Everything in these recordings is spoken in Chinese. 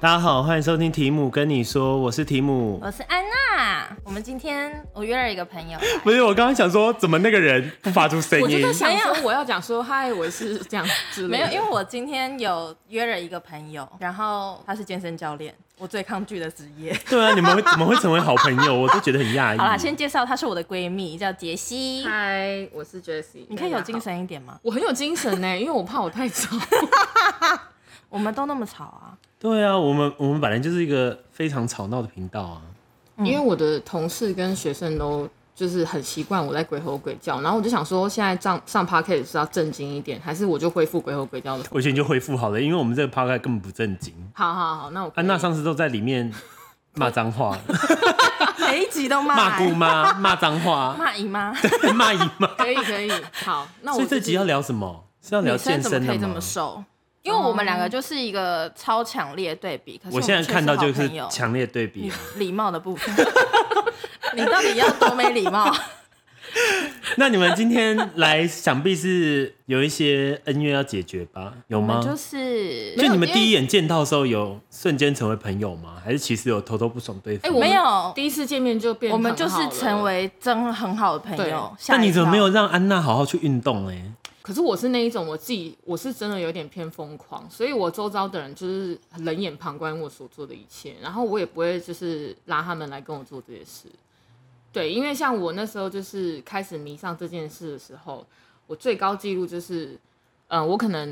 大家好，欢迎收听提姆跟你说，我是提姆。我是安娜。我们今天我约了一个朋友来，不是，我刚刚想说，怎么那个人嗯发出声我就音在？想说，我要讲说嗨，我是这样之哎没类有的，，因为我今天有约了一个朋友，然后他是健身教练，我最抗拒的职业。对啊，你们会怎么会成为好朋友？我都觉得很讶异。 好啦，先介绍，她是我的闺蜜，叫杰西。嗨，我是 Jessie。你可以有精，神一点吗？我很有精神呢、因为我怕我 太吵。我们都那么吵啊，对啊，我们我们本来就是一个非常吵闹的频道啊。因为我的同事跟学生都就是很习惯我在鬼吼鬼叫，然后我就想说，现在上上 p a r k e t 是要正经一点，还是我就恢复鬼吼鬼叫的？我觉得你就恢复好了，因为我们这个 p o d 根本不正经。好好好，那我可以安娜上次都在里面骂脏 话，哎每一集都骂骂姑妈，骂脏话， 骂姨 妈。骂姨妈。可以可以，好，那我所以这就是集要聊什么？是要聊女生健怎么身可的以这吗么？瘦？因为我们两个就是一个超强烈对比。可是我现在看到就是强烈对比礼啊。礼貌的 部分。你到底要多没礼貌？那你们今天来，想必是有一些恩怨要解决吧？有 我吗们？就是就你们因为第一眼见到的时候，有瞬间成为朋友吗？还是其实有偷偷不爽对方？哎我们没有，第一次见面就变我很好们了，就是成为真很好的朋对友。吓那你一怎么没跳有让安娜好好去运动、欸？可是我是那一种，我自己我是真的有点偏疯狂，所以我周遭的人就是冷眼旁观我所做的一切，然后我也不会就是拉他们来跟我做这些事。对，因为像我那时候就是开始迷上这件事的时候，我最高纪录就是，呃，我可能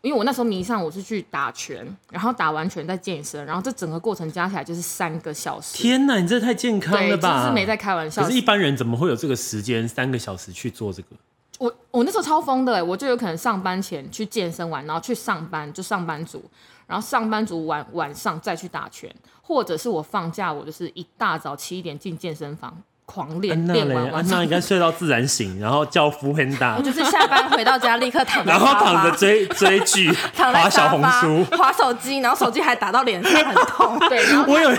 因为我那时候迷上我是去打拳，然后打完拳再健身，然后这整个过程加起来就是三个小时。天哪，你这太健康对，了就吧！是没在开玩笑。可是，一般人怎么会有这个时间三个小时去做这个？我我那时候超疯的欸，我就有可能上班前去健身完，然后去上班就上班族，然后上班族晚晚上再去打拳，或者是我放假我就是一大早七点进健身房狂安练，娜练嘞，完晚安上娜应该睡到自然醒，然后叫福很大 我，就是下班回到家立刻躺在然后沙发躺着追追剧， 躺划在小沙红发书。划手机，然后手机还打到脸上，很 痛。 对，然后我有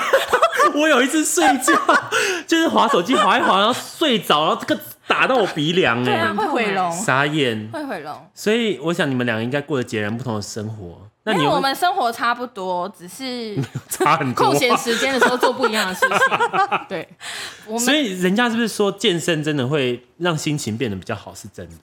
我有一次睡觉， 就是滑手机滑一滑，然后睡着，然后这个打到我鼻梁对哎、啊，会毁容，傻眼。会毁容。所以我想你们两个应该过得截然不同的生活。那因你为有我们生活差不多，只是差很多啊空，闲时间的时候做不一样的事情，对，我所们以人家是不是说健身真的会让心情变得比较好？是真的。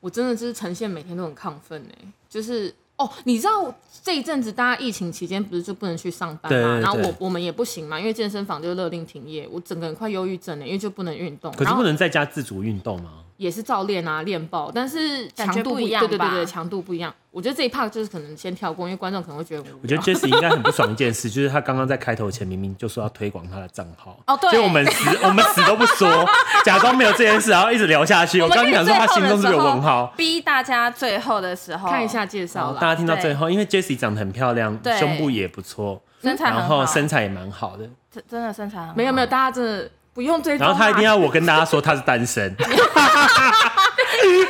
我真的就是呈现每天都很亢奋哎、就是哦，你知道这一阵子大家疫情期间不是就不能去上班对嘛，对然后对我我们也不行嘛，因为健身房就勒令停业，我整个人快忧郁症哎、因为就不能运动，可是然后不能在家自主运动吗？也是照练啊，练爆，但是感强觉度不不一样对对对吧对，强度不一样。我觉得这一 part 就是可能先跳过，因为观众可能会觉得很无聊。我觉得 Jesse 应该很不爽一件事， 就是他刚刚在开头前明明就说要推广他的账号，哦对所以我们死我们死都不说，假装没有这件事，然后一直聊下 去。我我刚刚们想说他心中是不是有问号？逼大家最后的时候看一，下介绍大啦。家听到最后，因为 Jessie 长得很漂亮，对胸部也不错，身材然很好，后身材也蛮好的，真真的身材很好没有没有，大家真的不用追踪啊然啦。后他一定要我跟大家说他是单身。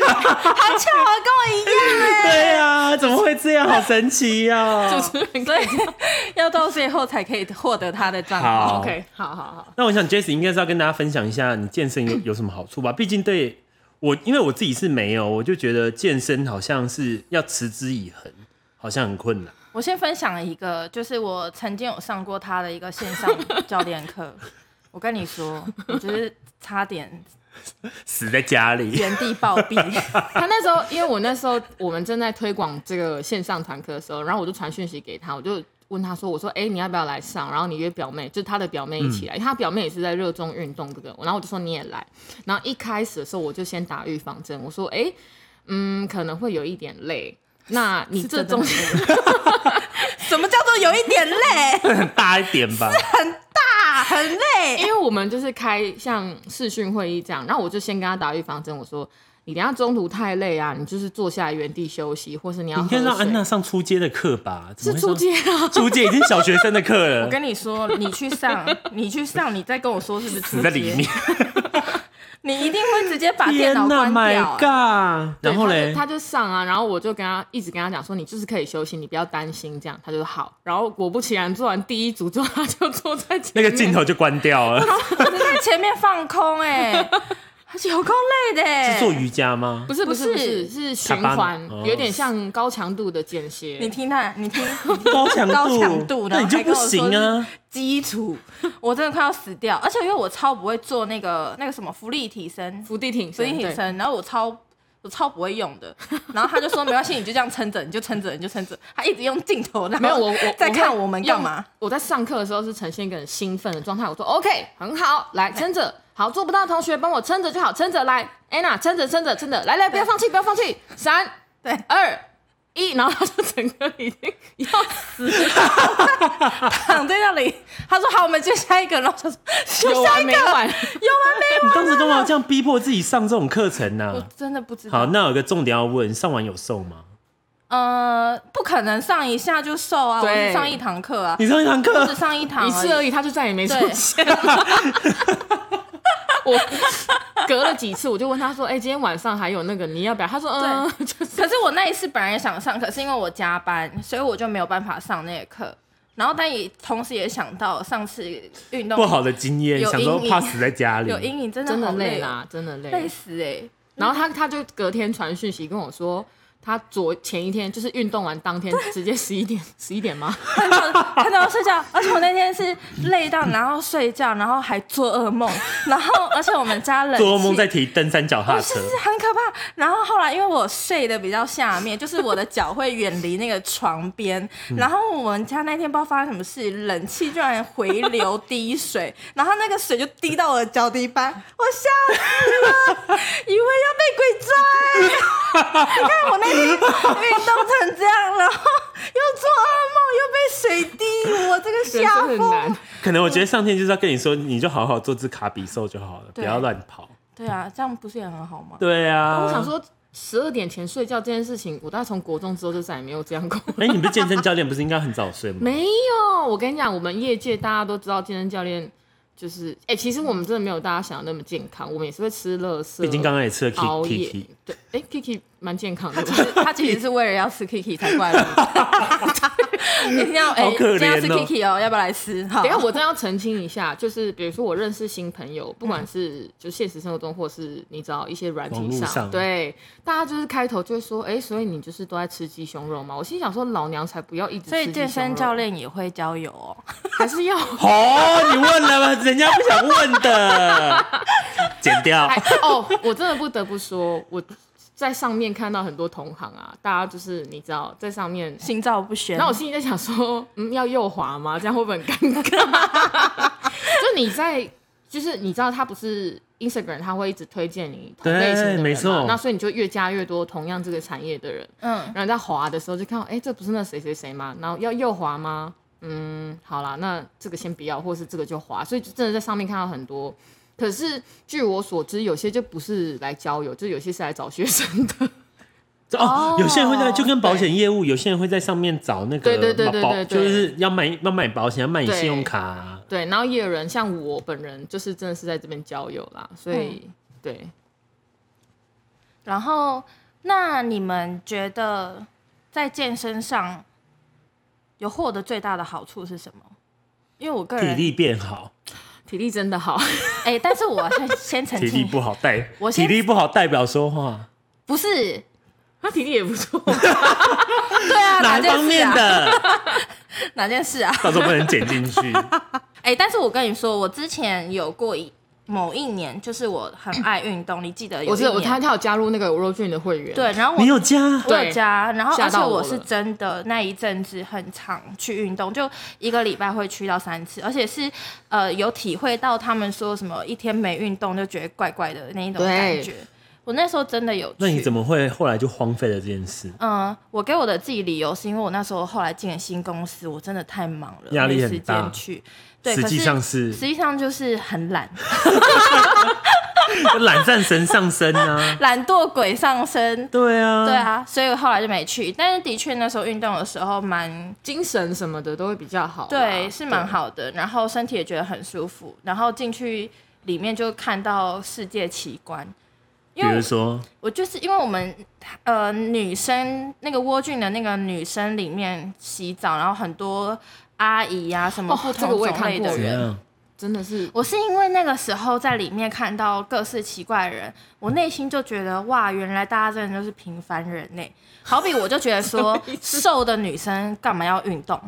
好巧啊，跟我一 样。对啊，怎么会这样？好神奇啊呀、主持人所可以 要到最后才可以获得他的账号。好 OK，好好好，那我想 Jesse 应该是要跟大家分享一下，你健身有有什么好处吧？毕竟对我，因为我自己是没有，我就觉得健身好像是要持之以恒，好像很困难。我先分享一个，就是我曾经有上过他的一个线上教练 课。我跟你说，我就是差点死在家里，原地暴 毙。他那时候，因为我那时候我们正在推广这个线上团课的时候，然后我就传讯息给他，我就问他说：“我说，哎、你要不要来上？然后你约表妹，就是他的表妹一嗯起来，因为他表妹也是在热衷运动这个。然后我就说你也来。然后一开始的时候，我就先打预防针，我说：哎、嗯，可能会有一点累。那你这中间，什么叫做有一点累？很大一点吧？大很累。因为我们就是开像视讯会议这样，然后我就先跟他打预防针，我说：你等一下中途太累啊，你就是坐下来原地休息，或是你要你应该让喝水安娜上初阶的课吧？怎是么会出上街啊。”初阶已经小学生的课了我，跟你说，你 去上，你去上，你再跟我说是不是出死在里街面。。你一定会直接把啊电脑呐关掉、 ，My God！对然后他就嘞，他就上啊，然后我就跟他一直跟他讲说，你就是可以休息，你不要担心这样。他就说好，然后果不其然，做完第一组之后，他就坐在前那面个镜头就关掉了。我就在前面放空哎、而且有够累的耶。是做瑜伽吗不？是不是不不是是是循塔巴环哦，有点像高强度的间歇。你听他，你听高强高度，强度，那然你后就还不跟我说行啊是！基础，我真的快要死掉。而且因为我超不会做那个那个什么浮力挺身，伏地挺浮力身，挺对，身，然后我超我超不会用的。然后他就说没关系，你就这样撑着，你就撑着，你就撑着。他一直用镜头，然后没有我我在我会看我们干嘛用？我在上课的时候是呈现一个很兴奋的状态，我说 OK 很好，来撑着，好做不到的同学帮我撑着就好，撑着来，Anna 撑着撑着撑着，来来不要放弃不要放弃，三对，二一，然后他就整个已经要死，躺在那里。他说好，我们接下一个，然后就说有就下完一个，没有完完，没你当时干嘛这样逼迫自己上这种课程呢、完？啊我真的不知道。好，那有个重点要问，上完有瘦吗？呃，不可能上一下就瘦啊，我对是上一堂课啊，你上一堂我课只上一堂一次而已。已，他就再也没出对现了。我隔了几 次，我就问他说：“哎、今天晚上还有那个你要不要？”他说：“嗯， 就是可是我那一次本来也想上课，是因为我加班，所以我就没有办法上那个课。然后，但也同时也想到上次运动不好的经验，有想说阴影怕死在家里，有阴影，真的真的好累啊，啦，真的累。累死哎、欸！然后他他就隔天传讯息跟我说，他昨前一天就是运动完当天直接十一点 十一点吗？看到看到睡觉，而且我那天是累到，然后睡觉，然后还做噩梦，然后而且我们家冷气做噩梦在提登山脚踏是车，是很可怕。然后后来因为我睡得比较下面，就是我的脚会远离那个床边。嗯然后我们家那天不知道发生什么事，冷气居然回流滴水， 然后那个水就滴到我的脚底板，我吓死 了，以为要被鬼抓、 欸。你看我那天运动成这样，然后又做噩梦，又被水滴，我这个人吓生很疯难。。可能我觉得上天就是要跟你说，你就好好做只卡比兽就好了，不对要乱跑。对啊，这样不是也很好吗？对啊，我想，说十二点前睡觉这件事情，我大概从国中之后就再也没有这样过。哎、你不是健身教练，不是应该很早睡吗？没有，我跟你讲，我们业界大家都知道，健身教练就是，哎、其实我们真的没有大家想的那么健康，我们也是会吃垃圾，毕竟刚刚也吃了 K 熬 K 夜 K，。对，哎、k i k i 蛮健康的吧，他其实是为了要吃 Kiki 才过 来的。一定要哎，好可怜哦今天要吃 Kiki 哦，要不要来吃？好 等一下，我真的要澄清一下，就是比如说我认识新朋友，不管是就现实生活中，或是你知道一些软网体络上，上对，大家就是开头就会说，哎、所以你就是都在吃鸡胸肉吗？我心想说，老娘才不要一直吃所以鸡健胸身肉教练也会交友哦。 还是要哦，你问了吗？人家不想问的，剪掉。哎哦，我真的不得不说，我在上面看到很多同行啊，大家就是你知道在上面。心照不宣。那我心里在想说，嗯，要右滑吗？这样会不会很尴尬？ 就你在，就是你知道，他不是 Instagram，他会一直推荐你同类型的人对嘛没错那所以你就越加越多同样这个产业的人，嗯，然后你在滑的时候就看到，哎、这不是那谁谁谁吗？然后要右滑吗？嗯，好啦，那这个先不要，或是这个就滑。所以就真的在上面看到很多。可是据我所知，有些就不是来交友，就有些是来找学生的。哦哦，有些人会在就跟保险业务，有些人会在上面找那个对对对对保，对对就是要买要买保险，要卖你对信用卡啊、对，然后也有人像我本人，就是真的是在这边交友啦，所以、嗯对，然后那你们觉得在健身上有获得最大的好处是什么？因为我个体人力变好，体力真的好， 哎、但是我先 先澄体力清，不好代，我体先力不好代表说话，不是他体力也不错。对啊，哪哪一件方事面啊？的，哪件事啊？到时候不能剪进去。哎、但是我跟你说，我之前有过一某一年，就是我很爱运动，你记得 有我一是我年他他有加入那个 World Dream 的会员，对，然后我你有加？ 我对有加，然后吓而且到我我了是真的那一阵子很常去运动，就一个礼拜会去到三次，而且是呃有体会到他们说什么一天没运动就觉得怪怪的那一种对感觉。我那时候真的有去。那你怎么会后来就荒废了这件事？嗯，我给我的自己理由是因为我那时候后来进了新公司，我真的太忙了，压力没很时大间去。对，实可际是上是实际上就是很懒， 懒散神上身啊！懒惰鬼上身。对啊， 对，啊，所以我后来就没去。但是的确那时候运动的时候蛮精神什么的都会比较好啦，对，是蛮对。好的。然后身体也觉得很舒服，然后进去里面就看到世界奇观。比因为如我说我就是因为我们呃女生那个窝菌的那个女生里面洗澡，然后很多阿姨啊什么哦不这个同我也种类看过的怎人，样？真的是我是因为那个时候在里面看到各式奇怪的人，我内心就觉得哇，原来大家真的就是平凡人呢、好比我就觉得 说，瘦的女生干嘛要运动？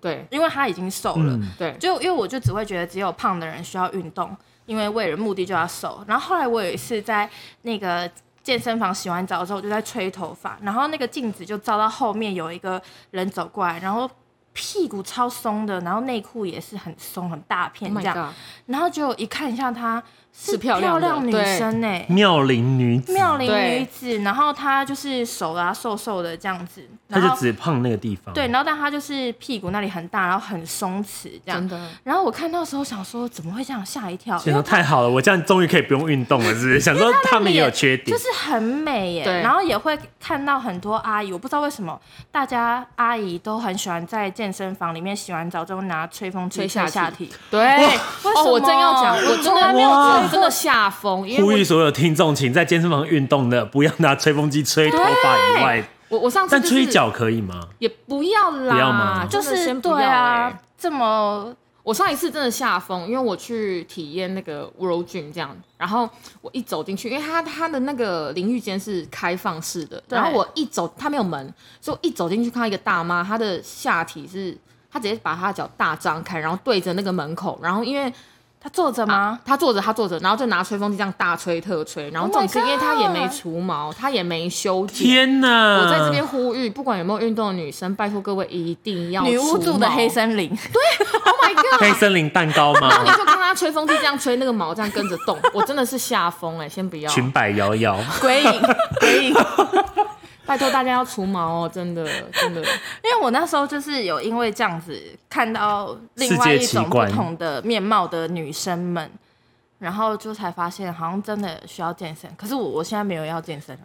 对因为她已经瘦了。嗯，对，就因为我就只会觉得只有胖的人需要运动，因为为了目的就要瘦。然后后来我有一次在那个健身房洗完澡之后，我就在吹头发，然后那个镜子就照到后面有一个人走过来，然后屁股超松的，然后内裤也是很松很大片 Oh 这样。 my god，然后结果一看一下她是是漂漂亮亮的女对嗯生呢、欸妙龄女子，妙龄对女子，然后她就是手啊瘦瘦的这样子，她然就后只胖那个地方，对，，然后但她就是屁股那里很大，然后很松弛这样真，的然后我看到的时候想说，怎么会这样？吓一跳，想因为说太好了，我这样终于可以不用运动了，是 不是？想说他们也有缺就点，是很美耶。对然后也会看到很多阿姨，我不知道为什么大家阿姨都很喜欢在健身房里面洗完澡之后拿吹风机吹下吹体下体。对。为哦，什我正要讲，么我真从来的没有哇吹我过真的下风，因呼吁为所有听众，请在健身房运动的不要拿吹风机吹头发以外，我我我上次但就吹是脚可以吗？也不要啦，不要吗就真的是先不要对欸啊，这么我上一次真的吓疯，因为我去体验那个 World Gym 这样，然后我一走进去，因为它它的那个淋浴间是开放式的，对然后我一走，它没有门，所以我一走进去看到一个大妈，她的下体是，她直接把她的脚大张开，然后对着那个门口，然后因为她坐着吗？她坐着她坐着，然后就拿吹风机这样大吹特吹，然后啊 Oh 重 my 点是因为她也没 God 除毛，她也没修剪。天啊哪！我在这边呼吁，不管有没有运动的女生，拜托各位一定要女巫啊除住的毛黑森 林， ，Oh my god！黑森林蛋糕 然后吗？你就看他吹风机这样吹，那个毛这样跟着 动，我真的是吓疯哎！先不要，裙摆摇摇，鬼 影，鬼影。拜托大家要除毛哦，真的真的。嗯因为我那时候就是有因为这样子看到另外世一界奇种不观同的面貌的女生们，然后就才发现好像真的需要健身。可是我我现在没有要健身了，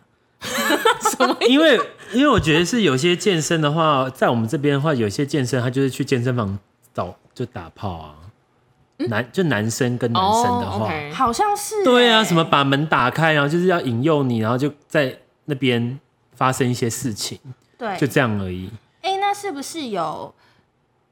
因为因为我觉得是有些健身的话，在我们这边的话，有些健身他就是去健身房找就打炮啊，男就男生跟男生的嗯哦话， ，OK，好像是、对啊，欸什么把门打开，然后就是要引诱你，然后就在那边发生一些事情，对？就这样而已。哎、那是不是有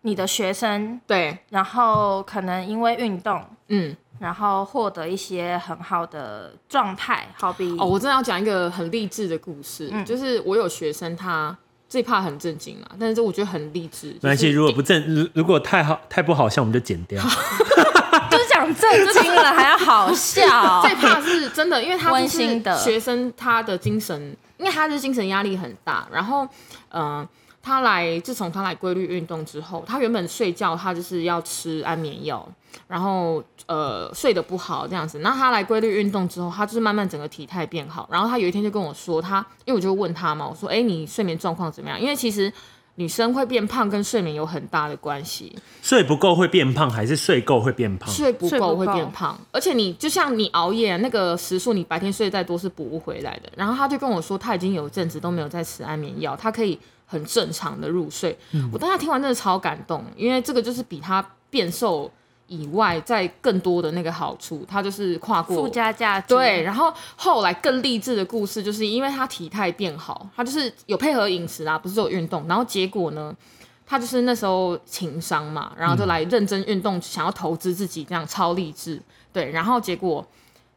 你的学生，对，然后可能因为运动，嗯，然后获得一些很好的状态，好比哦，我真的要讲一个很励志的故事，嗯就是我有学生他最怕很震惊啦，但是我觉得很励志。没关系，就是如果不正，如如果太好太不好笑，我们就剪掉。就是讲震惊了，还要好 笑，最怕是真的，因为他温就是馨的学生，他的精神，因为他的精神压力很大。然后，嗯，他来自从他来规律运动之后，他原本睡觉他就是要吃安眠药，然后呃睡得不好这样子。那他来规律运动之后，他就是慢慢整个体态变好。然后他有一天就跟我说，他因为我就问他嘛，我说，哎，你睡眠状况怎么样？因为其实。女生会变胖跟睡眠有很大的关系，睡不够会变胖，还是睡够会变胖？睡不睡够不会变够胖，而且你就像你熬夜那个时数，你白天睡再多是补不回来的。然后他就跟我说，他已经有一阵子都没有在吃安眠药，他可以很正常的入睡。我当下听完真的超感动，因为这个就是比他变瘦以外，在更多的那个好处，他就是跨过附加价值，对，，然后后来更励志的故事，就是因为他体态变好，他就是有配合饮食啊，不是有运动，然后结果呢，他就是那时候情商嘛，然后就来认真运动，想要投资自己，这样超励志。对，然后结果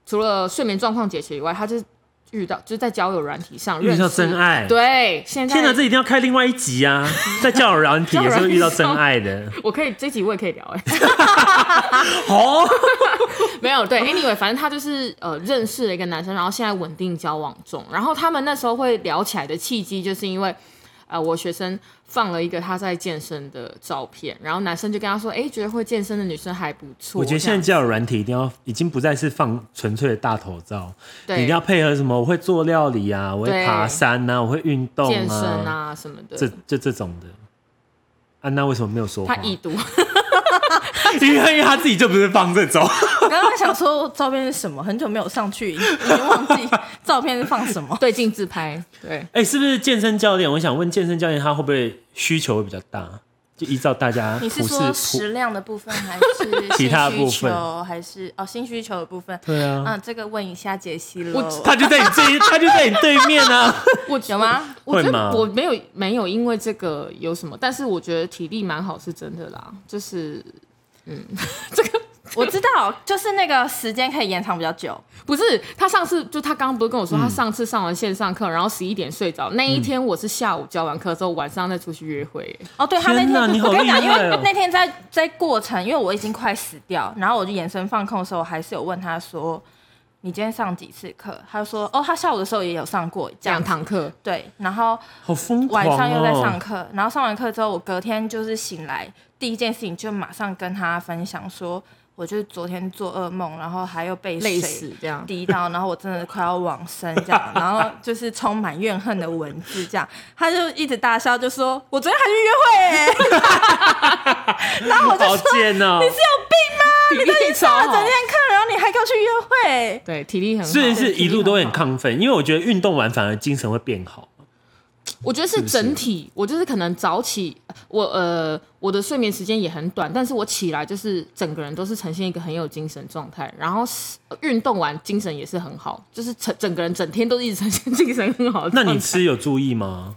除了睡眠状况解决以外，他就是遇到就是在交友软体上遇认到识真爱对，现在天哪，这一定要开另外一集啊！在交友软体也是会遇到真爱 的 我可以这集我也可以聊哎、哦。没有对，anyway，反正他就是呃认识了一个男生，然后现在稳定交往中。然后他们那时候会聊起来的契机，就是因为呃我学生放了一个他在健身的照片，然后男生就跟他说，哎，觉得会健身的女生还不错。我觉得这现在样交友软体一定要，已经不再是放纯粹的大头照，你对一定要配合什么？我会做料理啊，我会对爬山啊，我会运动健身啊什么这的，就这种啊的。安娜为什么没有说话他？已读，。因为因为他自己就不是放这种，我 刚刚想说照片是什么，很久没有上去，已经忘记照片是放什么 对镜自拍，对，哎、是不是健身教练？我想问健身教练，他会不会需求会比较大？就依照大家你是普说世普食量的部分，还是 其他性需部分求，还是哦性需求的部分？对啊嗯，这个问一下杰西我喽。他就在你对，他就在你对面啊。我有吗？我觉会吗得我没有没有因为这个有什么，但是我觉得体力蛮好是真的啦，就是嗯，这个我知道，就是那个时间可以延长比较久。不是他上次就他刚刚不是跟我说，他上次上完线上课，然后十一点睡着，那一天我是下午教完课之后，晚上再出去约会。哎哦，对他那天哪天，你好我跟你讲，厉因害哦为那天在在过程，因为我已经快死掉，然后我就眼神放空的时候，我还是有问他说：“你今天上几次课？”他就说：“哦，他下午的时候也有上过这样两。堂课，”对，然后好疯狂晚哦！上又在上课，然后上完课之后，我隔天就是醒来，第一件事情就马上跟他分享说，我就是昨天做噩梦，然后还有被累水死这样。滴到，然后我真的快要往生这样，然后就是充满怨恨的文字这样，他就一直大笑，就说我昨天还去约会、欸， 然后我就好说贱哦！ 体力超啊，整好天，看，然后你还给我去约会，对，体力很好。所以是一路都很亢奋，因为我觉得运动完反而精神会变好。我觉得是整体，我就是可能早起，我呃我的睡眠时间也很短，但是我起来就是整个人都是呈现一个很有精神状态，然后是呃运动完精神也是很好，就是整整个人整天都一直呈现精神很好的那状态。你吃有注意吗？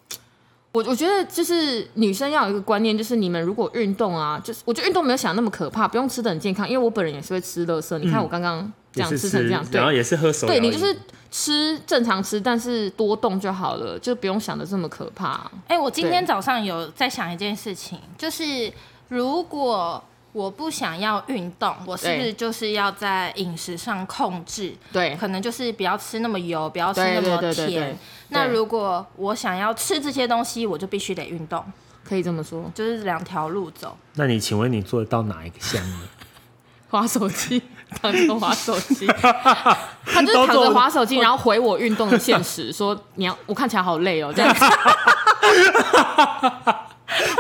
我我觉得就是女生要有一个观念，就是你们如果运动啊，就是我觉得运动没有想那么可怕，不用吃的很健康，因为我本人也是会吃垃圾，你看我刚刚嗯也这样是吃成这样，对然后也是喝手摇对饮。你就是吃正常吃，但是多动就好了，就不用想的这么可怕。哎、我今天对早上有在想一件事情，就是如果我不想要运动，我是不是对就是要在饮食上控制？对可能就是不要吃那么油，不要吃那对对么对对甜对。那对如果我想要吃这些东西，我就必须得运动，可以这么说，就是两条路走。那你请问你做得到哪一个项目？ 划手机，躺着划手 机，他就是都躺做着划手机，然后回我运动的现实，说你要我看起来好累哦，这 样子，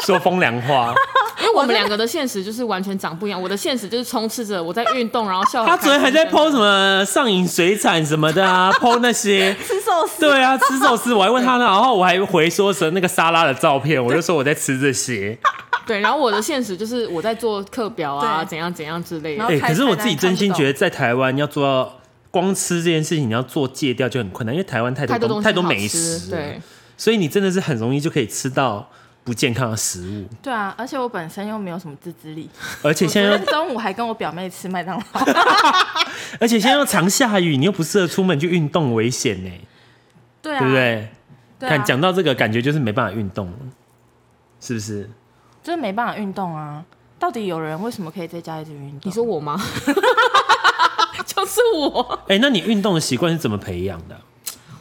说风凉话，因为我们两个的现实就是完全长不一样，我的现实就是充斥着我在运动，然后笑得他开昨心。啊天还在剖什么上瘾水产什么的 啊，剖那些。吃寿司，对啊，吃寿司，我还问他呢，然后我还回说是那个沙拉的照片，我就说我在吃这些。对，然后我的现实就是我在做课表啊，对怎样怎样之类然的后。哎、开可是我菜自己单看真不心懂觉得在台湾要做到光吃这件事情，你要做戒掉就很困难，因为台湾太多太多东东西太多好美吃食，对，所以你真的是很容易就可以吃到不健康的食 物，对啊，而且我本身又没有什么自制力。而且我昨现在又天中午还跟我表妹吃麦当劳，而且现在又常下雨，你又不适合出门去运动，危险呢、对啊，对不对？对看啊，讲到这个，感觉就是没办法运动了，是不是？就是没办法运动啊。到底有人为什么可以在家一直运动？你说我吗？ 就是我，哎、那你运动的习惯是怎么培养的啊？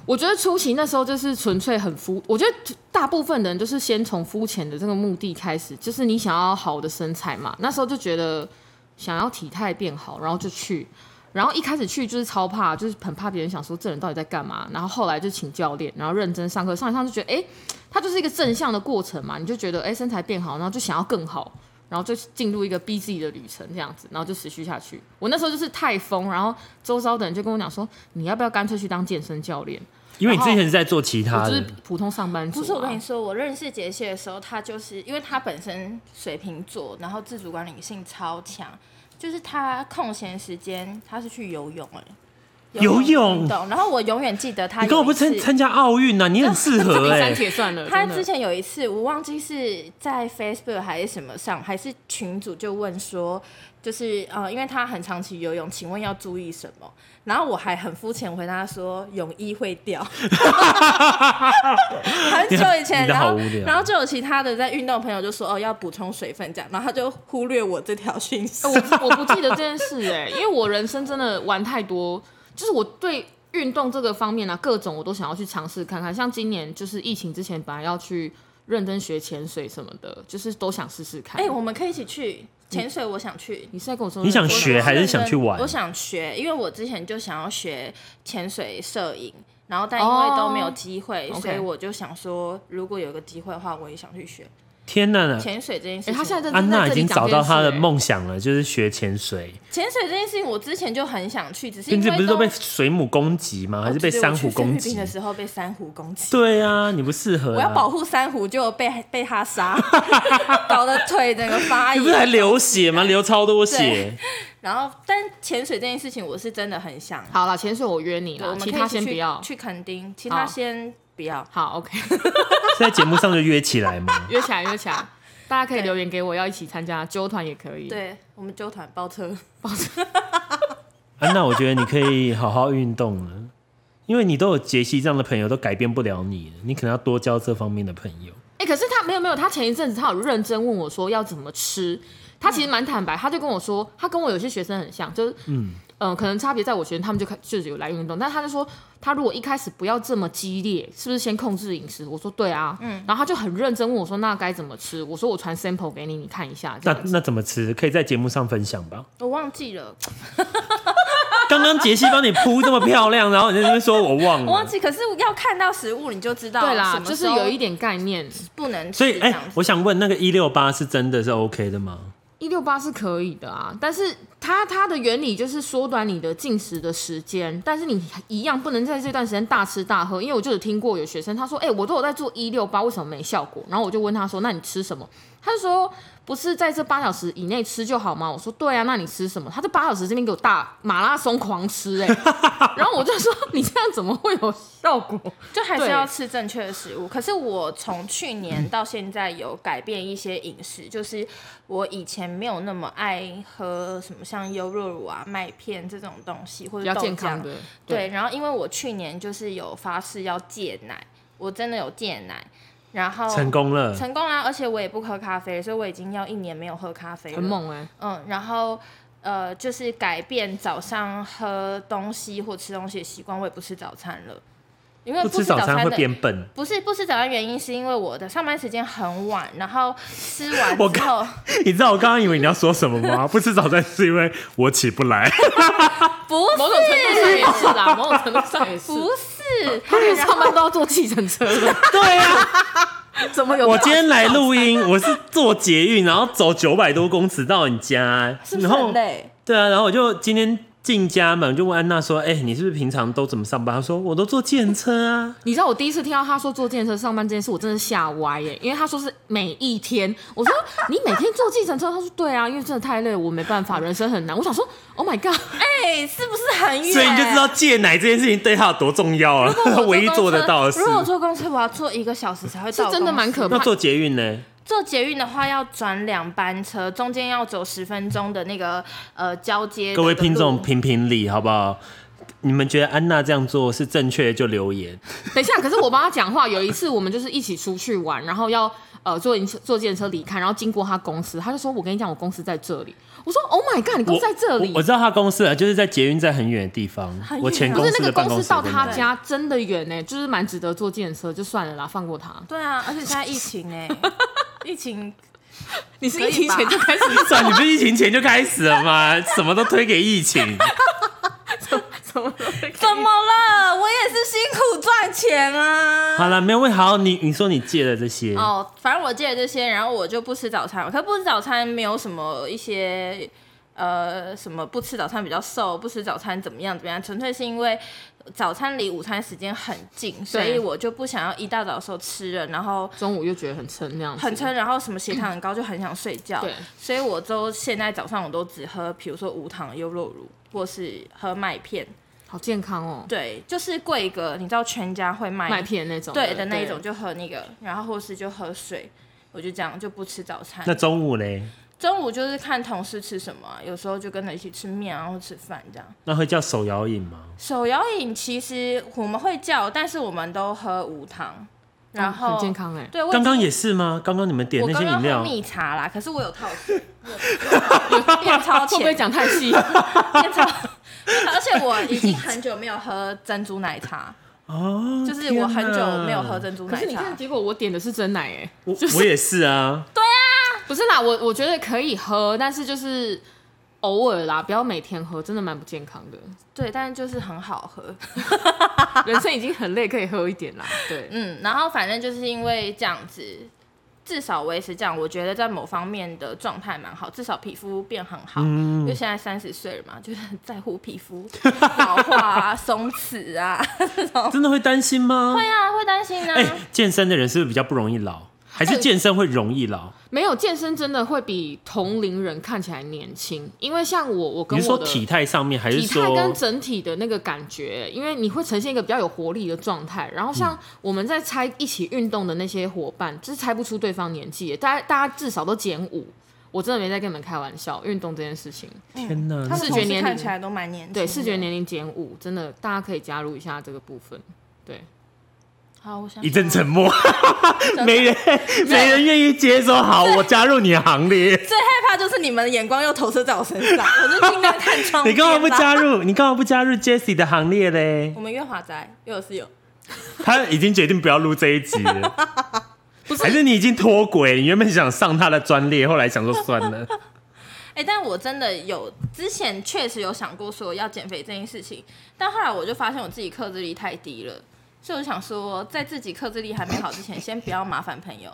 我觉得初期那时候就是纯粹很肤，我觉得大部分人就是先从肤浅的这个目的开始，就是你想要好的身材嘛，那时候就觉得想要体态变好，然后就去，然后一开始去就是超怕，就是很怕别人想说这人到底在干嘛，然后后来就请教练，然后认真上课，上一上就觉得哎、诶它就是一个正向的过程嘛，你就觉得哎、诶身材变好，然后就想要更好。然后就进入一个逼自己的旅程，这样子，然后就持续下去。我那时候就是太疯，然后周遭的人就跟我讲说，你要不要干脆去当健身教练？因为你之然后前是在做其他的，我就是普通上班族、啊。不是我跟你说，我认识杰西的时候，他就是因为他本身水瓶座，然后自主管理性超强，就是他空闲时间他是去游泳哎、游泳运动。然后我永远记得他有一次，你跟我不是参参加奥运啊呐？你 很适合第哎、三铁算了，他真的之前有一次，我忘记是在 Facebook 还是什么上，还是群主就问说，就是呃，因为他很长期游泳，请问要注意什么？然后我还很肤浅回答说，泳衣会掉。 很久以前，你的然好后无聊然后就有其他的在运动的朋友就说，哦，要补充水分这样，然后他就忽略 我这条讯息。呃我我不记得这件事哎、 因为我人生真的玩太多，就是我对运动这个方面啊，各种我都想要去尝试看看。像今年就是疫情之前，本来要去认真学潜水什么的，就是都想试试看。哎、我们可以一起去潜水，我想去。你是在跟我说你想认真学还是认想真去玩我想学，因为我之前就想要学潜水、摄影，然后但因为都没有机会，哦 OK 所以我就想说，如果有个机会的话，我也想去学天呐！潜水这件事情。哎、他现在在安娜在已这里经讲找这件到她的事欸梦想了，就是学潜水。潜水这件事情，我之前就很想去，只是你因这为哦不是都被水母攻击吗？还是被珊瑚攻我去菲律击宾的？时候被珊瑚攻击。对啊，你不适合啊。我要保护珊瑚，结果被被他杀， 搞得腿整个发你不是还炎。流血吗？流超多血对。然后，但潜水这件事情，我是真的很想。好了，潜水我约你对我了，们啊其可以他一起先不去要。去垦丁，其他好先不要。好，OK，是在节目上就约起来吗？ 约起来，约起来。大家可以对留言给我，要一起参加纠团也可以。，对我们纠团包车，安啊娜，我觉得你可以好好运动了，因为你都有杰西这样的朋友，都改变不了你了，你可能要多交这方面的朋友。哎、可是他没有没有，他前一阵子他有认真问我说要怎么吃，他其实蛮坦白，他就跟我说，他跟我有些学生很像，就是嗯嗯、呃可能差别在我学生他们就开就是有来运动，但他就说他如果一开始不要这么激烈，是不是先控制饮食？我说对啊，嗯，然后他就很认真问我说那该怎么吃？我说我传 sample 给你，你看一下。这那样子那怎么吃？可以在节目上分享吧。 我忘记了，刚刚杰西帮你铺这么漂亮，然后你在那边说我忘我忘了，记。可是要看到食物你就知道，对啦，就是有一点概念，不能吃所以哎、这样子我想问那个一六八是真的是 OK 的吗？一六八是可以的啊，但是它它的原理就是缩短你的进食的时间，但是你一样不能在这段时间大吃大喝，因为我就有听过有学生他说，哎、我都有在做一六八，为什么没效果？然后我就问他说，那你吃什么？他就说不是在这八小时以内吃就好吗？我说对啊，那你吃什么？他这八小时这边给我大马拉松狂吃哎、 然后我就说你这样怎么会有效果？就还是对要吃正确的食物。可是我从去年到现在有改变一些饮食，就是我以前没有那么爱喝什么像优酪乳啊、麦片这种东西，或比者较豆健浆康。的，对，然后因为我去年就是有发誓要戒奶，我真的有戒奶，然后成功了，成功啦，而且我也不喝咖啡，所以我已经要一年没有喝咖啡了。很猛哎、嗯，然后呃，就是改变早上喝东西或吃东西的习惯，我也不吃早餐了，因为不吃吃早早餐餐会的。变笨。不是不吃早餐，原因是因为我的上班时间很晚，然后 吃完我之后你知道我刚刚以为你要说什么 吗？不吃早餐是因为我起不来。不某种程度上也是啦，某种程度上也是。不是， 他连上班都要坐计程车了， 对啊，怎么 有我今天来录音，我是坐捷运，然后走九百多公尺到你家，是不是然后很累？对啊，然后我就今天进家门就问安娜说：“哎、你是不是平常都怎么上班？”她说：“我都坐电车啊。你知道我第一次听到他说坐计程车上班这件事，我真的吓歪耶，因为他说是每一天。我说你每天坐计程车，他说对啊，因为真的太累了，我没办法，人生很难。我想说，Oh my god，哎、是不是很”远？所以你就知道戒奶这件事情对她有多重要了、如果我啊， 唯一公做得车到的事如。果我坐公车，我要坐一个小时才会到是公司。真的蛮可那怕。坐捷运呢？坐捷运的话，要转两班车，中间要走十分钟的那个呃交接。各位听众，评评理好不好？你们觉得安娜这样做是正确的就留言，等一下，可是我帮他讲话。有一次我们就是一起出去玩，然后要呃坐坐计程车离开，然后经过他公司，他就说我跟你讲，我公司在这里。我说 Oh my god，你公司在这里我我我知道她公司啊，就是在捷运站很远的地方很，远我前不公是司那的个办公公室司到在他哪里家真的远呢，就是蛮值得坐计程车，就算了啦，放过他。对啊，而且现在疫情 哎、疫情你是可以疫情前吧就开始算你不是疫情前就开始了吗？什么都推给疫情，怎么了怎么了？我也是辛苦赚钱啊。好了，没有问好，你你说你戒了这些，哦，反正我戒了这些，然后我就不吃早餐。可不吃早餐没有什么一些呃什么不吃早餐比较瘦，不吃早餐怎么样怎么样，纯粹是因为早餐离午餐时间很近，所以我就不想要一大早的时候吃了，然后 中午又觉得很撑那样子，很撑，然后什么血糖很高，就很想睡觉。对，所以我都现在早上我都只喝，比如说无糖优酪乳，或是喝麦片。好健康哦，对，就是贵格，你知道全家会卖麦片那种，对的那一种，。就喝那个，然后或是就喝水。我就这样，就不吃早餐。那中午嘞？中午就是看同事吃什么啊、有时候就跟着一起吃面啊，或吃饭这样。那会叫手摇饮吗？手摇饮其实我们会叫，但是我们都喝无糖，然后、哦很健。康哎，对，我已刚经刚也是吗？刚刚你们点我那刚些刚饮料喝，蜜茶啦，可是我有套水，变超 会不会浅，讲 太细？变超，而且我已经很久没有喝珍珠奶茶，哦，就是我很久没有喝珍珠可奶是你茶看，。结果我点的是真奶哎，我我也是啊，不是啦，我我觉得可以喝，但是就是偶尔啦，不要每天喝，真的蛮不健康 的。对，但是就是很好喝。人生已经很累，可以喝一点啦。对， 嗯，然后反正就是因为这样子，至少维持这样，我觉得在某方面的状态蛮好，至少皮肤变很好。嗯因为现在三十岁了嘛， 就是很在乎皮肤老化啊、松弛 啊。真的会担心吗？对啊，会担心啊。嗯哎哎、健身的人是不是比较不容易老？还是健身会容易老？没有健身真的会比同龄人看起来年轻，因为像我，我跟你是我说的体态上面，还是体态说跟整体的那个感觉，因为你会呈现一个比较有活力的状态。然后嗯像我们在猜一起运动的那些伙伴，就是猜不出对方年纪耶，大家大家至少都减五。我真的没在跟你们开玩笑，运动这件事情，天哪他？们视同嗯觉事年看龄起来都蛮年轻的。对视觉年龄减五，真的大家可以加入一下这个部分。对，好，我想一阵沉默，没人没人愿意接收。好，我加入你的行列。最害怕就是你们的眼光又投射在我身上，我就尽量看窗 你边干嘛不啦？加入？你干嘛不加入 Jessie 的行列嘞？我们约华仔，又有室友，他已经决定不要录这一集了， 不是还是你已经脱轨？你原本想上他的专列，后来想说算 了。哎、但我真的有之前确实有想过说要减肥这件事情，但后来我就发现我自己克制力太低了，所以我就想说，在自己克制力还没好之前，先不要麻烦朋友，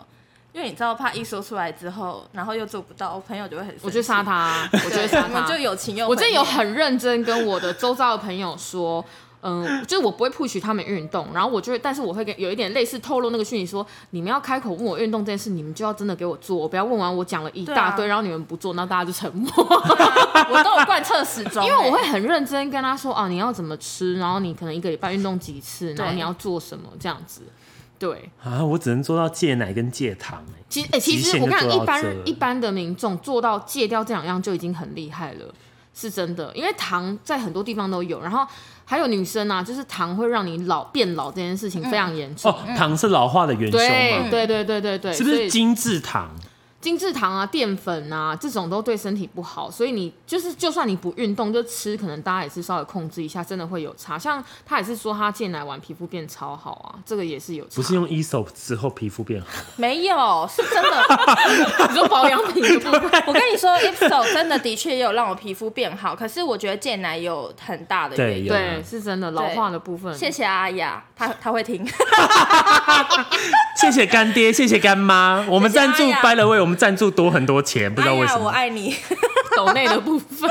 因为你知道，怕一说出来之后，然后又做不到，我朋友就会很生气，我就杀 他啊，我就对，会杀我们他就。有情有啊我真的有义很认真跟我的周遭的朋友说，嗯，就是我不会 push 他们运动，然后我就会，但是我会给有一点类似透露那个讯息说，你们要开口问我运动这件事，你们就要真的给我做，不要问完我讲了一大堆，对啊然后你们不做，那大家就沉 默。我都有贯彻始终、 因为我欸会很认真跟他说啊，你要怎么吃，然后你可能一个礼拜运动几次，然后对你要做什么这样子。对，啊，我只能做到戒奶跟戒糖、欸。其实，哎、其极实限我就看做到这一般一般的民众做到戒掉这两样就已经很厉害了，是真的。因为糖在很多地方都有，然后还有女生啊，就是糖会让你老变老这件事情非常严重。哦，糖是老化的元凶对嘛？嗯对对对对对，是不所以是精致糖？精制糖啊、淀粉啊这种都对身体不好，所以你就是就算你不运动就吃，可能大家也是稍微控制一下，真的会有差。像他也是说他戒奶完皮肤变超好啊，这个也是有差。不是用 ESO 之后皮肤变好？没有，是真的。你说保养品的部分，我跟你说，Ipso 真的的确也有让我皮肤变好，可是我觉得戒奶有很大的原对，因。有啊对，是真的老化的部分。谢谢阿雅，她她会听。谢谢干爹，谢谢干妈，我们赞助谢谢阿 by 雅 the way，我们赞助多很多钱，不知哎道为什 阿雅我么。爱你。抖内的部 分。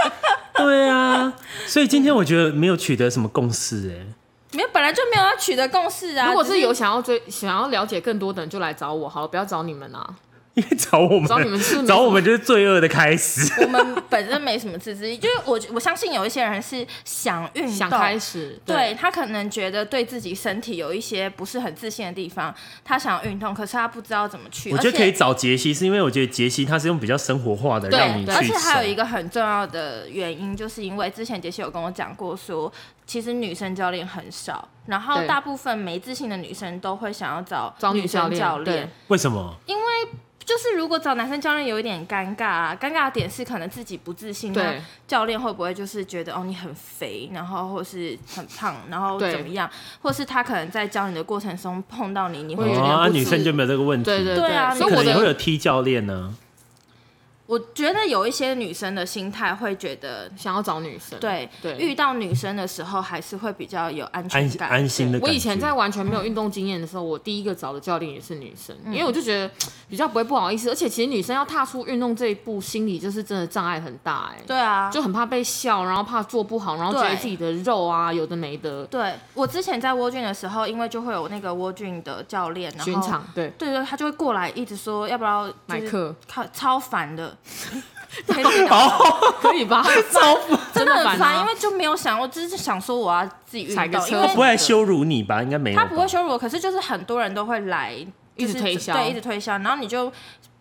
对啊，所以今天我觉得没有取得什么共识哎、没有，本来就没有要取得共识啊。如果只是有想要追、想要了解更多的人，就来找我好了，不要找你们啊。 因为找我们，找你们是没找我们就是罪恶的开始。我 们本身没什么自制力，就是我我相信有一些人是想运动，想开始，嗯对他可能觉得对自己身体有一些不是很自信的地方，他想要运动，可是他不知道怎么去。我觉得而且可以找杰西，是因为我觉得杰西他是用比较生活化的对让你去对找。而且还有一个很重要的原因，就是因为之前杰西有跟我讲过说，其实女生教练很少，然后对大部分没自信的女生都会想要找找女女教生练教对练。为什么？就是如果找男生教练有一点尴尬、啊，尴尬的点是可能自己不自信，对那教练会不会就是觉得哦你很肥，然后或是很胖，然后对怎么样，或是他可能在教你的过程中碰到你，你会有会点啊，不自女生就没有这个问题。对对对啊所那以可我能也会的有踢教练啊呢、我觉得有一些女生的心态会觉得。想要找女生，对，对遇到女生的时候还是会比较有安安全感。安心的感 我觉。以前在完全没有运动经验的时候，我第一个找的教练也是女生，因嗯为我就觉得比较不会不好意思，而且其实女生要踏出运动这一步，心理就是真的障碍很大哎、对啊，就很怕被笑，然后怕做不好，然后觉得对自己的肉啊有的没的，对我之前在窝俊的时候，因为就会有那个窝俊的教练，然后巡场对对对，他就会过来一直说要不要就是买课，靠超烦 的， 可以吧？ 真哦真的的很烦，啊因为就没有想，我只是想说我要自己运踩个动，车因他不为 会来羞辱你吧？应该没有吧。他不会羞辱我，可是就是很多人都会来，一就直是推销对，一直推销，然后你就。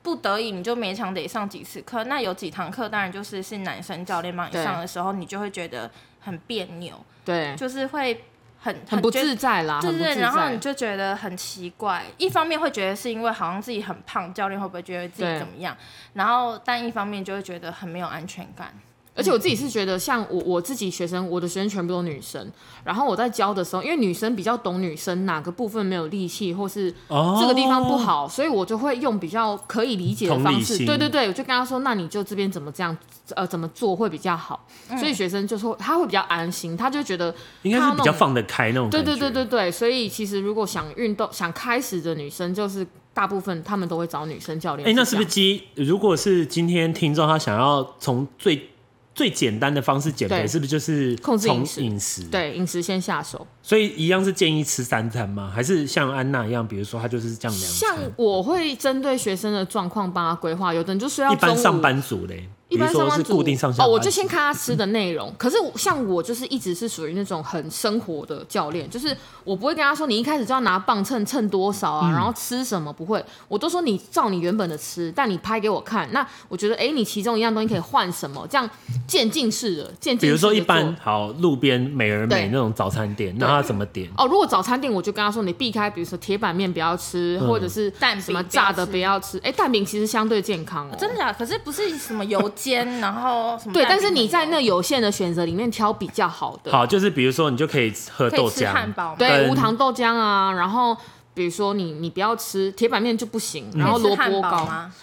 不得已，你就勉强得上几次课。那有几堂课，当然就是是男生教练帮你对上的时候，你就会觉得很别扭，对，就是会很很不觉得自在啦，对很不对对，自在。然后你就觉得很奇怪，一方面会觉得是因为好像自己很胖，教练会不会觉得自对己怎么样？然后但一方面就会觉得很没有安全感。而且我自己是觉得，像我我自己学生，我的学生全部都女生。然后我在教的时候，因为女生比较懂女生哪个部分没有力气，或是哦这个地方不好，所以我就会用比较可以理解的同方理式。心对对对，我就跟他说，那你就这边怎么这样，呃，怎么做会比较好。嗯所以学生就说他会比较安心，他就觉得应该是比较放。放得开那种对感觉。对对对对，所以其实如果想运动、想开始的女生，就是大部分他们都会找女生教练哎、这样。那是不是基？如果是今天听众他想要从最最简单的方式减肥，对是不是就是控制饮从食饮食？，对，饮食先下手。所以一样是建议吃三餐吗？还是像安娜一样，比如说她就是这样两像餐？我会针对学生的状况帮他规划，有的人就睡到一中午般上班族嘞，一比如般上说班是族固定上下班嗯哦，族我就先看他吃的内容。可是我像我就是一直是属于那种很生活的教练，就是我不会跟他说你一开始就要拿磅秤称多少啊，嗯然后吃什么不会，我都说你照你原本的吃，但你拍给我看，那我觉得哎，你其中一样东西可以换什么，这样渐进式的渐比进式的如说一般做好路边美而美对那种早餐店，那她怎么点？哦，如果早餐店我就跟他说，你避开，比如说铁板面不要吃，或嗯者是蛋饼什么不要炸的吃不要吃。哎、蛋饼其实相对健康哦，真的假啊的？可是不是什么油煎，然后什么对，蛋但是饼你在什么那有限的选择里面挑比较好的，好，就是比如说你就可以喝可以豆吃汉浆，堡吗？跟对，无糖豆浆啊，然后。比如说你你不要吃铁板面就不行，然后可以萝吃汉卜堡糕， 吗？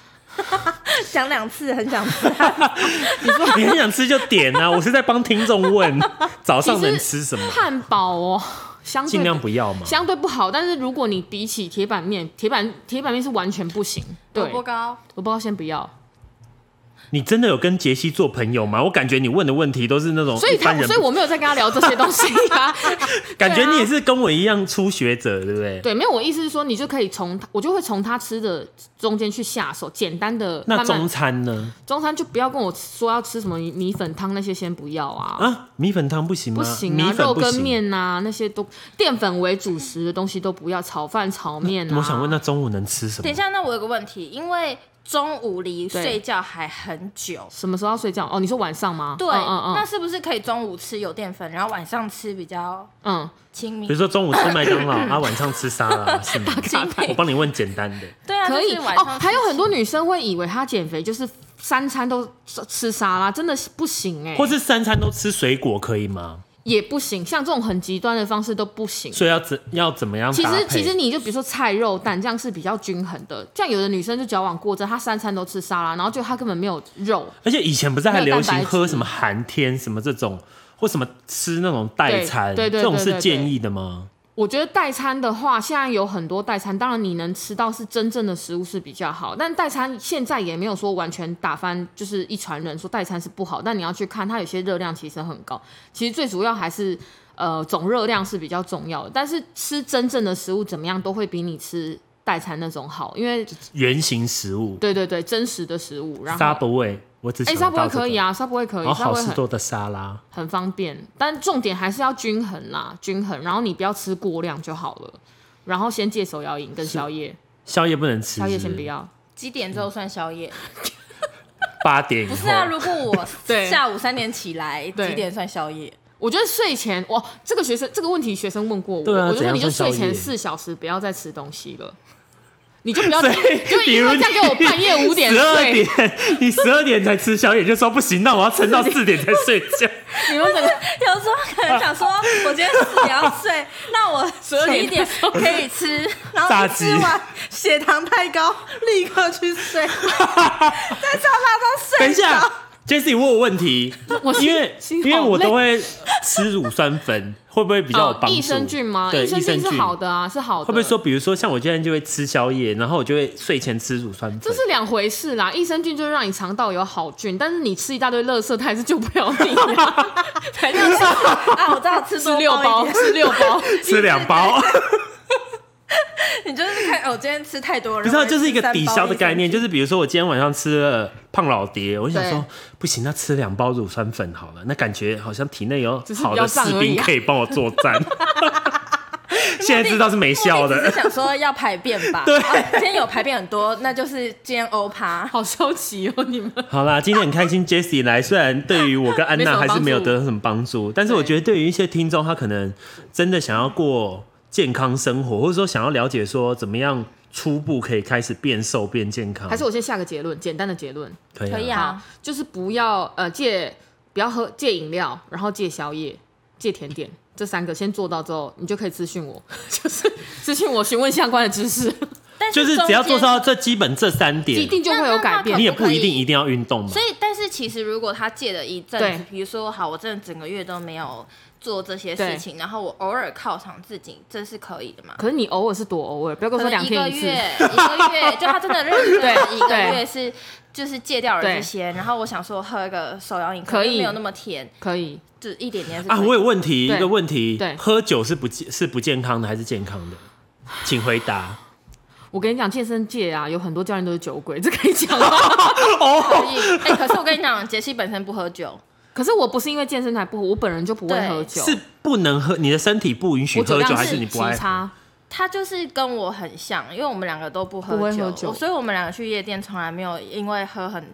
讲两次，很想吃汉堡。 你很想吃就点啊！我是在帮听众 问早上其实能吃什么，汉堡哦，相对尽量不要嘛。相对不好。但是如果你比起铁板面，铁板铁板面是完全不行。对，萝萝卜糕，卜糕先不要。你真的有跟杰西做朋友吗？我感觉你问的问题都是那种所以一他般，人，所以我没有在跟他聊这些东西啊。感觉对啊你也是跟我一样初学者，对不对？对，没啊有，我意思是说，你就可以从他，我就会从他吃的中间去下手，简单的慢那慢中餐呢？中餐就不要跟我说要吃什么米米粉汤那些，先不要啊，啊，米粉汤不行吗？不行米啊，粉肉不跟行。面呐、那些都淀粉为主食的东西都不要，炒饭、炒面啊。我想问，那中午能吃什么？等一，下，那我有个问题，因为中午离对睡觉还很久，什么时候要睡觉？哦，你说晚上吗？对，嗯嗯那嗯是不是可以中午吃有淀粉，然后晚上吃比较嗯，亲比民如？说中午吃麦 当劳，啊，晚上吃沙拉，是吗？精品我帮你问简单的，对啊，可以就是晚哦上。吃还有很多女生会以为她减肥就是三餐都吃吃沙拉，真的是不行哎、或是三餐都吃水果可以吗？也不行，像这种很极端的方式都不行。所以要怎要怎么样其搭实配？其实你就比如说菜肉蛋这样是比较均衡的，像有的女生就矫枉过正，她三餐都吃沙拉，然后就她根本没有肉，而且以前不是还没有流蛋白行喝质什么寒天什么这种，或什么吃那种代对餐，对对这种对是对建对议的吗？我觉得代餐的话，现在有很多代餐，当然你能吃到是真正的食物是比较好，但代餐现在也没有说完全打翻，就是一传人说代餐是不好，但你要去看它有些热量其实很高，其实最主要还是呃总热量是比较重要的，但是吃真正的食物怎么样都会比你吃代餐那种好，因为原型食物对对对真实的食物，然后，Subway，我只哎想沙到、这不会个可以，啊，沙不会可然以，后沙哦好不会事很多的沙拉，很方便，但重点还是要均衡啦，均衡。然后你不要吃过量就好了。然后先戒手摇饮跟宵夜，宵夜不能吃，宵夜先是不要。几点之后算宵夜？八点以后。不是啊，如果 我对下午三点起来，对几点算宵夜？我觉得睡前，哇，这个学生这个问题学生问过我，对啊我就怎说样你就算睡宵夜前四小时不要再吃东西了，你就不要，所以就比因如为再给我半夜五点十二睡点，，你十二点才吃宵夜，就说不行，那我要撑 到四点才睡觉。你们 整个有时候可能想说， 我今天四点要睡，那我十一12点点可以 吃，然后炸一鸡吃完血糖太高，立刻去 睡，在沙发上睡。等一下，Jesse 问我问题， 我因为心因好为我都累会吃乳酸粉，会不会比较有哦帮助？益生菌吗？对，益益生生菌菌是好的啊，是好的。会不会说，比如说像我今天就会吃宵夜，然后我就会睡前吃乳酸粉这？是两回事啦，益生菌就是让你肠道有好菌，但是你吃一大堆垃圾，它还是救不了你、 啊。反正是 啊，我知道吃吃多六包包一，点，吃六包。吃两包， 你就是看哦我今天吃太多了，不是、我啊，也就是一个三包抵消的概念。益就生是菌比如说，我今天晚上吃了胖老爹，我就想说对不行，那吃两包乳酸粉好了，那感觉好像体内有只是比较好的士胀而已兵啊可以帮我作 战。现在知道是没效我只的是，想说要排便吧， 对哦今天有排便很多，那就是今天欧趴。好消极哦，你们好啦，今天很开心 Jessie 来，虽然对于我跟安没什娜么还是没有帮助得到什么帮助，但是我觉得对于一些听众，他可能真的想要过健康生活，或者说想要了解说怎么样初步可以开始变瘦变健康， 还是我先下个结论，简单的结论，可以、啊、可以啊好，就是不要呃戒，不要喝戒饮料，然后戒宵夜，戒甜点，这三个先做到之后，你就可以咨询我， 就是咨询我询问相关的知识，但就是中只要做间到这基本这三一点，定就会有改变那那那可不你。也不可以啊一定一定要运动嘛所。以，但是其其实如果他戒了一阵子对，比如说好，我真的整个月都没有做这些事情，然后我偶尔犒赏自己，这是可以的嘛？可是你偶尔是多偶尔，不要跟我可说能两一个天月，次。一个月，就他真的认真了一个 对月是就是戒掉了对这些，然后我想说喝一个手摇饮，可以能没有那么甜，可以，就一点点是啊，可以我有问题，对一个问题，对喝酒是不健是不健康的还是健康的？请回答。我跟你讲，健身界啊，有很多教练都是酒鬼， 这可以 讲吗？可以。哎、可是我跟你讲，杰西本身不喝酒，可是我不是因为健身才不喝，我本人就不会对喝酒，是不能喝，你的身体不允许我酒喝酒，量还是你不爱极？差？他就是跟我很像，因为我们两个都不喝不会酒，喝酒我所以我们两个去夜店从来没有因为喝很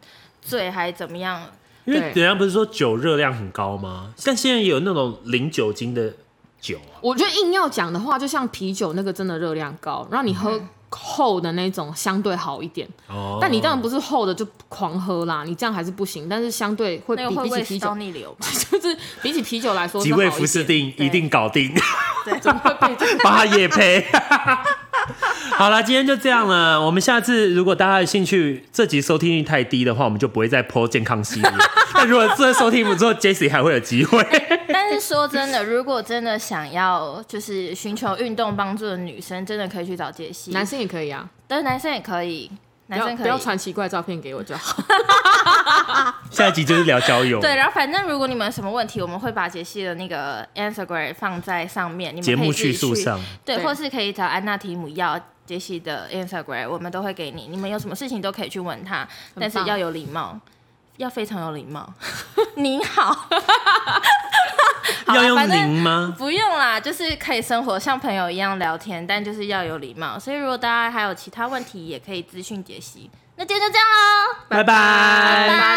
醉还怎么样。因为对人家不是说酒热量很高吗？像现在也有那种零酒精的酒啊，我觉得硬要讲的话，就像啤酒那个真的热量高，然后你喝嗯厚的那种相对好一点，哦，但你当然不是厚的就狂喝啦，你这样还是不行。但是相对会那个比会不比会起啤烧 酒，逆流吧？就是比起啤酒来说是几好一位点，服士定对一定搞定，对，会被这帮他也配。 好了，今天就这样了。我们下次如果大家有兴趣，这集收听率太低的话，我们就不会再播健康系列。 那如果这收听不错，Jesse 还会有机会。 但是说真的，如果真的想要就是寻求运动帮助的女生，真的可以去找杰西。男，生也可以啊，但是男生也可以，不男要生可以不要传奇怪照片给我就好。下一集就是聊交友。对，然后反正如果你们有什么问题，我们会把杰西的那个 Instagram 放在上面，你们节可以目自己叙述去上，对，对或是可以找安娜提姆要杰西的 Instagram，我们都会给你。你们有什么事情都可以去问他，但是棒要有礼貌，要非常有礼貌。 您好，要好啦用反正您吗？不用啦，就是可以生活像朋友一样聊天，但就是要有礼貌。所以如果大家还有其他问题，也可以咨询杰西。那今天就这样喽，哎拜拜拜拜。